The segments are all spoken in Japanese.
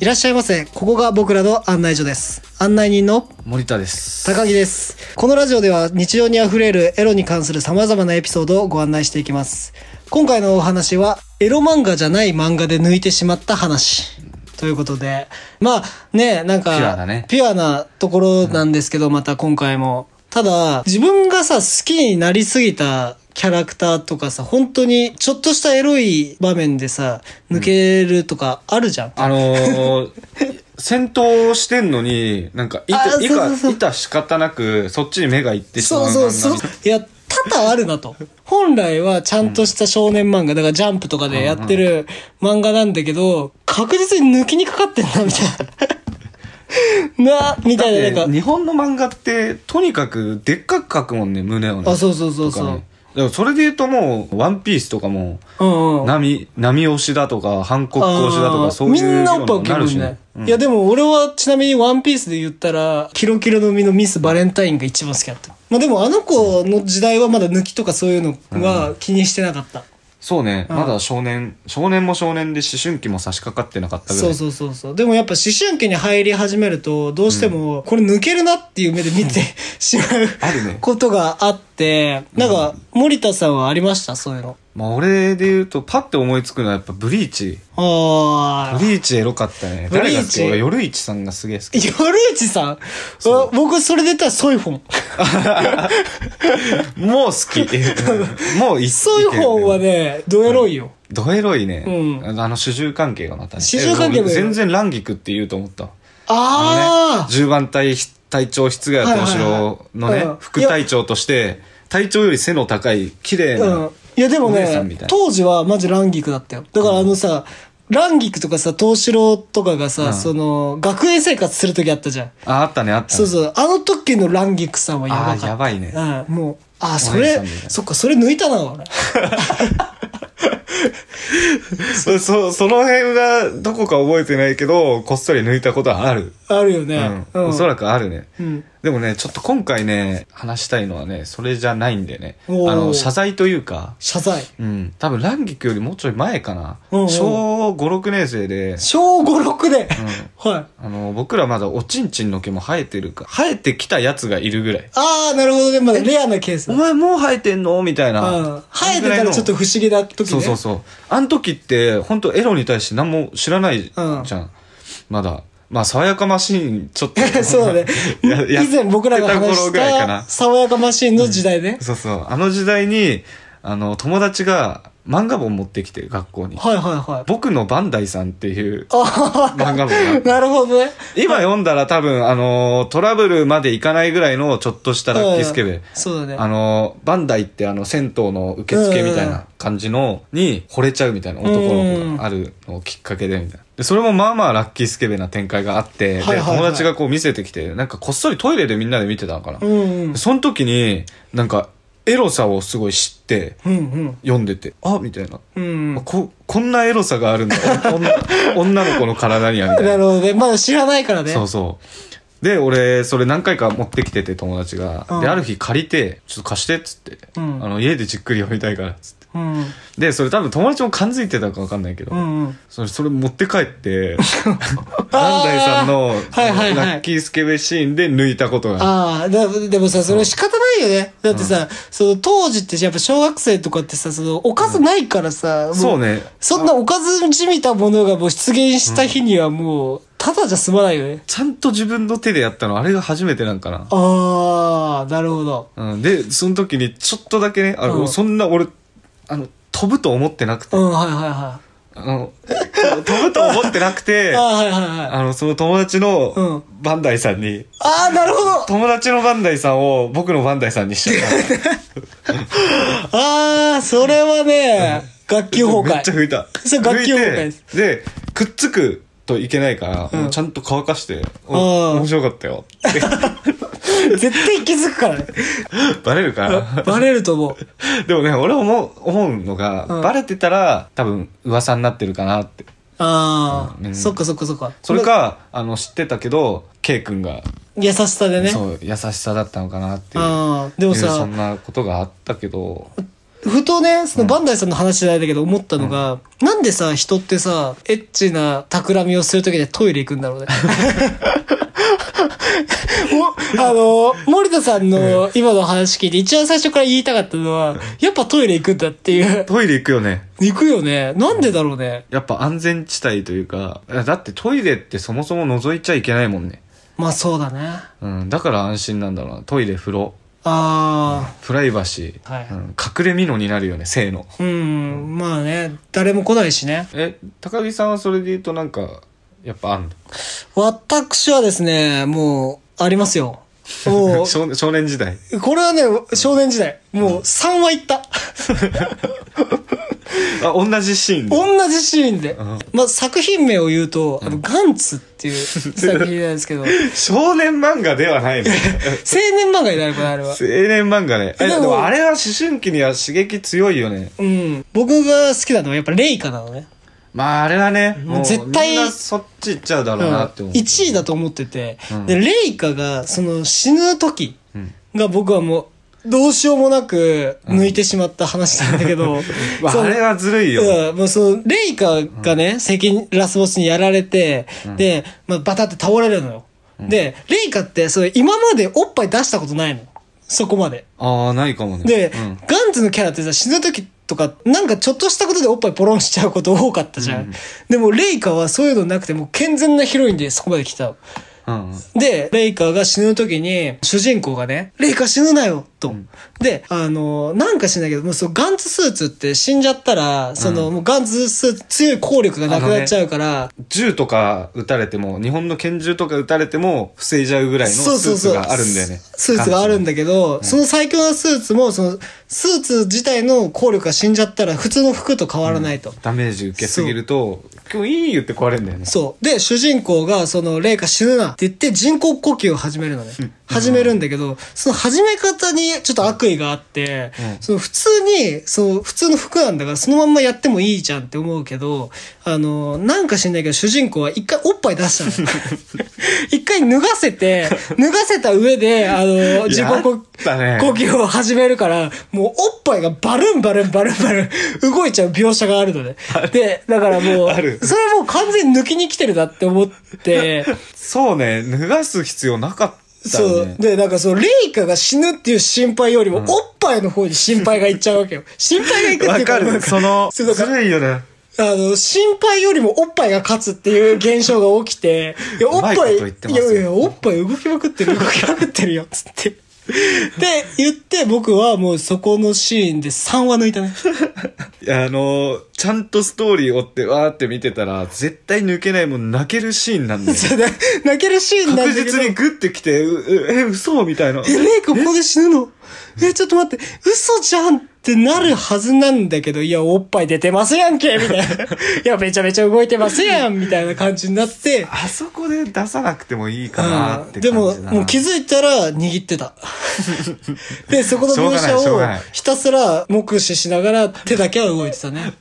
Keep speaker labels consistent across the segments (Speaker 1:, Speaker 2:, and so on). Speaker 1: いらっしゃいませ。ここが僕らの案内所です。案内人の
Speaker 2: 森田です。
Speaker 1: 高木です。このラジオでは日常にあふれるエロに関する様々なエピソードをご案内していきます。今回のお話は、エロ漫画じゃない漫画で抜いてしまった話。ということで、まあね、なんか、
Speaker 2: ピュアだね
Speaker 1: ピュアなところなんですけど、また今回も。ただ、自分がさ、好きになりすぎたキャラクターとかさ、本当にちょっとしたエロい場面でさ、抜けるとかあるじゃん。
Speaker 2: あのー 戦闘してんのに、なんか、い
Speaker 1: あ
Speaker 2: た、
Speaker 1: ー
Speaker 2: い
Speaker 1: そうそうそ
Speaker 2: た、
Speaker 1: う
Speaker 2: いた仕方なく、そっちに目がいってしまう
Speaker 1: そ
Speaker 2: な
Speaker 1: うそうそう。いや、多々あるな と。本来はちゃんとした少年漫画、だからジャンプとかでやってる漫画なんだけど、確実に抜きにかかってんな、みたい な。な、み
Speaker 2: だ
Speaker 1: た
Speaker 2: っ
Speaker 1: いな、
Speaker 2: て
Speaker 1: なんか。
Speaker 2: 日本の漫画って、とにかく、でっかく描くもんね、胸をね。
Speaker 1: あ、そうそうそう
Speaker 2: と
Speaker 1: そ
Speaker 2: か
Speaker 1: う
Speaker 2: ね。。でもそれで言うともう、ワンピースとかも、
Speaker 1: うんうん。
Speaker 2: 波、波押しだとか、韓国押しだと
Speaker 1: あー
Speaker 2: か、そういう
Speaker 1: みんなおっぱ
Speaker 2: の
Speaker 1: い
Speaker 2: に
Speaker 1: 受け
Speaker 2: な
Speaker 1: るも
Speaker 2: る
Speaker 1: ん
Speaker 2: し
Speaker 1: ね
Speaker 2: ね。。うん
Speaker 1: いや、でも俺はちなみにワンピースで言ったら、キロキロの実のミスバレンタインが一番好きだった。まあでもあの子の時代はまだ抜きとかそういうのは気にしてなかった。
Speaker 2: そうね、
Speaker 1: うん
Speaker 2: まだ少年、少年も少年で思春期も差し掛かってなかったぐらい。
Speaker 1: そうそうそうそう。でもやっぱ思春期に入り始めると、どうしても、これ抜けるなっていう目で見 てしま
Speaker 2: あるね
Speaker 1: うことがあって、なんか、森田さんはありましたそういうの。
Speaker 2: まあ俺で言うと、パッて思いつくのはやっぱブリーチ。
Speaker 1: あ
Speaker 2: ブ
Speaker 1: あ。
Speaker 2: リーチエロかったね。
Speaker 1: ブリーチ
Speaker 2: 誰が好き俺、ヨルイチさんがすげえ好き。
Speaker 1: 夜市さんあ僕それで言ったらソイフォン。
Speaker 2: もう好き。 もう一
Speaker 1: ソイフォンはね、ドエロいよ。
Speaker 2: ドエロいね。
Speaker 1: う
Speaker 2: あの、主従関係がまたね。
Speaker 1: 主従関係も
Speaker 2: え全然乱菊って言うと思った。
Speaker 1: あ
Speaker 2: のね
Speaker 1: あ、
Speaker 2: 十番隊、隊長室ヶ谷敏郎の
Speaker 1: はいはいはい
Speaker 2: ね
Speaker 1: うん、
Speaker 2: 副隊長として、隊長より背の高い、綺麗
Speaker 1: う。
Speaker 2: なん
Speaker 1: いやでも
Speaker 2: お姉さんみ
Speaker 1: ね
Speaker 2: たい、な
Speaker 1: 当時はマジランギクだったよ。だからあのさ、ランギクとかさ、東四郎とかがさ、
Speaker 2: うん
Speaker 1: その、学園生活するときあったじゃん。
Speaker 2: あ、あったね、あったね。
Speaker 1: そうそう。あの時のランギクさんはやばかった。
Speaker 2: あーやばいね
Speaker 1: うん、もう、あー、そ
Speaker 2: お姉
Speaker 1: れ
Speaker 2: さんみたい、な
Speaker 1: そっか、それ抜いたな、俺。
Speaker 2: そ そその辺がどこか覚えてないけど、こっそり抜いたことはある。
Speaker 1: あるよ
Speaker 2: う
Speaker 1: ね
Speaker 2: ん。。おそ
Speaker 1: ら
Speaker 2: らくあるね。
Speaker 1: うん。
Speaker 2: でもね、ちょっと今回ね、話したいのはね、それじゃないんでね。あ
Speaker 1: おー
Speaker 2: の、謝罪というか、
Speaker 1: 謝罪。
Speaker 2: うん、多分、乱菊よりもうちょい前かな。
Speaker 1: うんうん
Speaker 2: 小5、6年生で、
Speaker 1: 小5、6で。はい。
Speaker 2: あの、僕らまだおちんちんの毛も生えてるか、生えてきたやつがいるぐらい。
Speaker 1: あー、なるほどね。まだレアなケースだ。
Speaker 2: お
Speaker 1: うん。
Speaker 2: 前もう生えてんのみたいな。
Speaker 1: 生えてたらちょっと
Speaker 2: 不
Speaker 1: 不思議な時ね。。
Speaker 2: そうそうそう。あの時って、本当エロに対して何も知らないじゃん。まだ。まあ、爽やかマシーン、ちょっと
Speaker 1: そうだね。
Speaker 2: やや
Speaker 1: 以前僕らが話
Speaker 2: やってた頃
Speaker 1: し
Speaker 2: ぐらいか
Speaker 1: た、
Speaker 2: な
Speaker 1: 爽やかマシーンの時代ね。
Speaker 2: そうそう。あの時代に、あの、友達が漫画本持ってきて、学校に。
Speaker 1: はいはいはい。
Speaker 2: 僕のバンダイさんっ ていう
Speaker 1: あ
Speaker 2: 漫画本があ っ
Speaker 1: ー
Speaker 2: て
Speaker 1: なるほどね。
Speaker 2: 今読んだら多分、あの、トラブルまでいかないぐらいのちょっとしたラッキースケベ。
Speaker 1: そうだ
Speaker 2: あ
Speaker 1: ね。
Speaker 2: の、バンダイってあの、銭湯の受付みたいな感じの、に惚れちゃうみたいな男の子があるのをきっかけで、みたいな。で、それもまあまあラッキースケベな展開があって、で、
Speaker 1: はいはいはい
Speaker 2: 友達がこう見せてきて、なんかこっそりトイレでみんなで見てたのかな。
Speaker 1: うんうん。
Speaker 2: その時に、なんか、エロさをすごい知って、
Speaker 1: うんうん。
Speaker 2: 読んでて、あみたいな。
Speaker 1: うん。
Speaker 2: こ、こんなエロさがあるんだ。女 女の子の体には、みたい
Speaker 1: な
Speaker 2: な。
Speaker 1: るほどね。まだ知らないからね。
Speaker 2: そうそう。で、俺、それ何回か持ってきてて、友達が。
Speaker 1: うん
Speaker 2: で、ある日借りて、ちょっと貸して、っつって。
Speaker 1: うん
Speaker 2: あの、家でじっくり読みたいから、つって。
Speaker 1: うん。
Speaker 2: で、それ多分友達も感づいてたかわかんないけど、
Speaker 1: うんうん。
Speaker 2: それ、それ持って帰 って、バンダイさんの、
Speaker 1: あーはいはいはい
Speaker 2: そのラッキースケベシーンで抜いたことがある。
Speaker 1: ああ、だでもさ、それは仕方ないよね。だってさ、その当時ってやっぱ小学生とかってさ、そのおかずないからさ、も
Speaker 2: そうね。
Speaker 1: そんなおかずじみたものがもう出現した日にはもう、ただじゃ済まないよね。
Speaker 2: ちゃんと自分の手でやったの、あれが初めてなんかな。
Speaker 1: ああ、なるほど。
Speaker 2: うん、で、その時にちょっとだけね、あの、
Speaker 1: うん
Speaker 2: そんな俺、あの、飛ぶと思ってなくて、
Speaker 1: うん、はいはいは
Speaker 2: あの、飛ぶと思ってなく
Speaker 1: い。
Speaker 2: て、
Speaker 1: ああ、はいはいはい。
Speaker 2: あの、その友達の
Speaker 1: う
Speaker 2: バンダイさんに、
Speaker 1: ああ、なるほど。
Speaker 2: 友達のバンダイさんを僕のバンダイさんにしちゃ った。
Speaker 1: ああ、それはね、学級崩
Speaker 2: めっちゃ
Speaker 1: 壊。
Speaker 2: 拭いた。
Speaker 1: それ学級崩壊
Speaker 2: 拭いてで、くっつくといけないから、
Speaker 1: うん
Speaker 2: もうちゃんと乾かして、お
Speaker 1: あー
Speaker 2: 面白かったよ。
Speaker 1: 絶対気づくからね。
Speaker 2: バレる から。
Speaker 1: バレると思う。
Speaker 2: でもね、俺思う、思うのが、
Speaker 1: うん
Speaker 2: バレてたら、多分噂になってるかなって。
Speaker 1: ああ、
Speaker 2: うん
Speaker 1: そっかそっかそっか。
Speaker 2: それか、あの、知ってたけど、ケイ君が、
Speaker 1: 優しさでね。
Speaker 2: そう、優しさだったのかなっていう。
Speaker 1: ああ、でも
Speaker 2: いう
Speaker 1: さ
Speaker 2: そん、なことがあったけど、
Speaker 1: ふとね、そのバンダイさんの話じゃないんだけど思ったのが、なんでさ、人ってさ、エッチな企みをするときでトイレ行くんだ ろうね。おあの、森田さんの今の話聞いて一番最初から言いたかったのは、やっぱトイレ行くんだっていう。
Speaker 2: トイレ行くよね。
Speaker 1: 行くよね。なんでだろうね。
Speaker 2: やっぱ安全地帯というか、いやだってトイレってそもそも覗いちゃいけないもんね。
Speaker 1: まあそうだね。
Speaker 2: うん、だから安心なんだろうな。トイレ、風呂、
Speaker 1: あ
Speaker 2: プライバシー、
Speaker 1: はい
Speaker 2: うん、隠れみのになるよね、性の。
Speaker 1: あ、うん、まあね、誰も来ないしね。
Speaker 2: え、高木さんはそれで言うとなんか、やっぱあんの
Speaker 1: 私はですね、もう、あります よ。もう、
Speaker 2: 少少年時代。
Speaker 1: これはね、少年時代。もう、3は行った。
Speaker 2: あ、同じシーンで。
Speaker 1: 同じシーンで
Speaker 2: うん。
Speaker 1: まあ、作品名を言うと、あの、ガンツっていう作品なんです けど、青
Speaker 2: 少年漫画で はないの。
Speaker 1: 年漫画になるかな、あれは
Speaker 2: 青。年漫画ね。え、
Speaker 1: で
Speaker 2: で
Speaker 1: も
Speaker 2: もあれは思春期には刺激強いよね。
Speaker 1: うん。僕が好きなのはやっぱレイカなのね。
Speaker 2: まああれはね、
Speaker 1: もう絶対
Speaker 2: みんなそっち行っちゃうだろうなって思う。
Speaker 1: 1位だと思ってて、
Speaker 2: うん
Speaker 1: で、レイカが、その、死ぬ時
Speaker 2: うん
Speaker 1: が僕はもう、どうしようもなく抜いてしまった話なんだけど、
Speaker 2: わ
Speaker 1: その
Speaker 2: あれはずるいよ。
Speaker 1: うん、もうその、レイカがね、敵、ラスボスにやられて、で、まあ、バタって倒れるのよ。で、レイカって、それ今までおっぱい出したことないの。そこまで。
Speaker 2: ああ、ないかもね。
Speaker 1: で、
Speaker 2: うん
Speaker 1: ガンズのキャラってさ、死ぬ時とか、なんかちょっとしたことでおっぱいポロンしちゃうこと多かったじゃん。
Speaker 2: うん
Speaker 1: でも、レイカはそういうのなくて、もう健全なヒロインでそこまで来たの。
Speaker 2: うんうん
Speaker 1: で、レイカーが死ぬ時に、主人公がね、レイカー死ぬなよと。
Speaker 2: ん
Speaker 1: で、あの、なんか知んないけど、もうそのガンツスーツって死んじゃったら、その、もうガンツスーツ強い効力がなくなっちゃうから、
Speaker 2: 銃とか撃たれても、日本の拳銃とか撃たれても防いじゃうぐらいのス
Speaker 1: そうそ
Speaker 2: ー
Speaker 1: うそ
Speaker 2: ツ
Speaker 1: う。
Speaker 2: があるんだよね。
Speaker 1: スーツがあるんだけど、その最強なスーツも、その、スーツ自体の効力が死んじゃったら、普通の服と変わらないと。
Speaker 2: ダメージ受けすぎると、今日いい言って壊れるんだよね。
Speaker 1: そう。で、主人公が、その、レイカ死ぬなって言って人工呼吸を始めるのね。始めるんだけど、その始め方にちょっと悪意があって、
Speaker 2: うん
Speaker 1: その普通に、その普通の服なんだからそのまんまやってもいいじゃんって思うけど、あの、なんか知んないけど主人公は一回おっぱい出 したのよ。一回脱がせて、脱がせた上で、あの、自己呼
Speaker 2: やったね
Speaker 1: 呼吸を始めるから、もうおっぱいがバルンバルンバルンバルン動いちゃう描写があるのね。で、だからもう、
Speaker 2: ある
Speaker 1: それはもう完全に抜きに来てるなって思 って、
Speaker 2: そうね、脱がす必要なかった
Speaker 1: そ
Speaker 2: よ
Speaker 1: う
Speaker 2: ね。。
Speaker 1: で、なんかその、レイカが死ぬっていう心配よりも、おっぱいの方に心配がいっちゃうわ けよ。心配がいくってい
Speaker 2: わ
Speaker 1: うか、
Speaker 2: か
Speaker 1: なん
Speaker 2: る。
Speaker 1: か
Speaker 2: その、
Speaker 1: そ
Speaker 2: ず
Speaker 1: うだから
Speaker 2: るいよね。
Speaker 1: あの、心配よりもおっぱいが勝つっていう現象が起きて、いや、おっぱい、
Speaker 2: うまいこと言ってますよ
Speaker 1: いやいや、おっぱい動きまくってる、動きまくってるよ、つって。で、言って、僕はもうそこのシーンで3話抜いたね。
Speaker 2: いやあのーちゃんとストーリー追ってわーって見てたら、絶対抜けないもん泣けるシーンなんだよ。
Speaker 1: そうだ泣けるシーンなん
Speaker 2: 確
Speaker 1: だけど。
Speaker 2: 実にグッてきて、ううえ、嘘みたいな。
Speaker 1: え、レイ君ここで死ぬのえ、ちょっと待って、嘘じゃんってなるはずなんだけど、いや、おっぱい出てますやんけみた いな。いや、めちゃめちゃ動いてますやんみたいな感じになって。
Speaker 2: あそこで出さなくてもいいかなって
Speaker 1: で
Speaker 2: 感
Speaker 1: も、
Speaker 2: じだな。
Speaker 1: もう気づいたら握って た。で、そこの
Speaker 2: しょう
Speaker 1: 描
Speaker 2: がない
Speaker 1: 写
Speaker 2: しょう
Speaker 1: を
Speaker 2: がない
Speaker 1: ひたすら目視しながら手だけは動いてたね。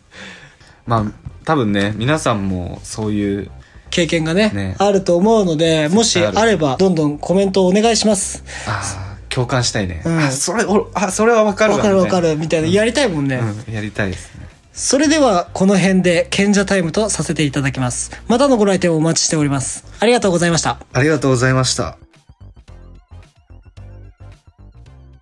Speaker 2: まあ、多分ね、皆さんもそういう、
Speaker 1: 経験がね、
Speaker 2: ね
Speaker 1: あると思うので、もし
Speaker 2: 絶対ある
Speaker 1: あれば、どんどんコメントをお願いします。
Speaker 2: あー共感したいね。
Speaker 1: うん
Speaker 2: あ、それ、おあ、それはわかる
Speaker 1: わ
Speaker 2: わ。
Speaker 1: かるわか
Speaker 2: み
Speaker 1: る、みたいな。やりたいもんね。
Speaker 2: たいな。うん、やりたいですね。
Speaker 1: それではこの辺で賢者タイムとさせていただきます。またのご来店をお待ちしております。ありがとうございました。
Speaker 2: ありがとうございました。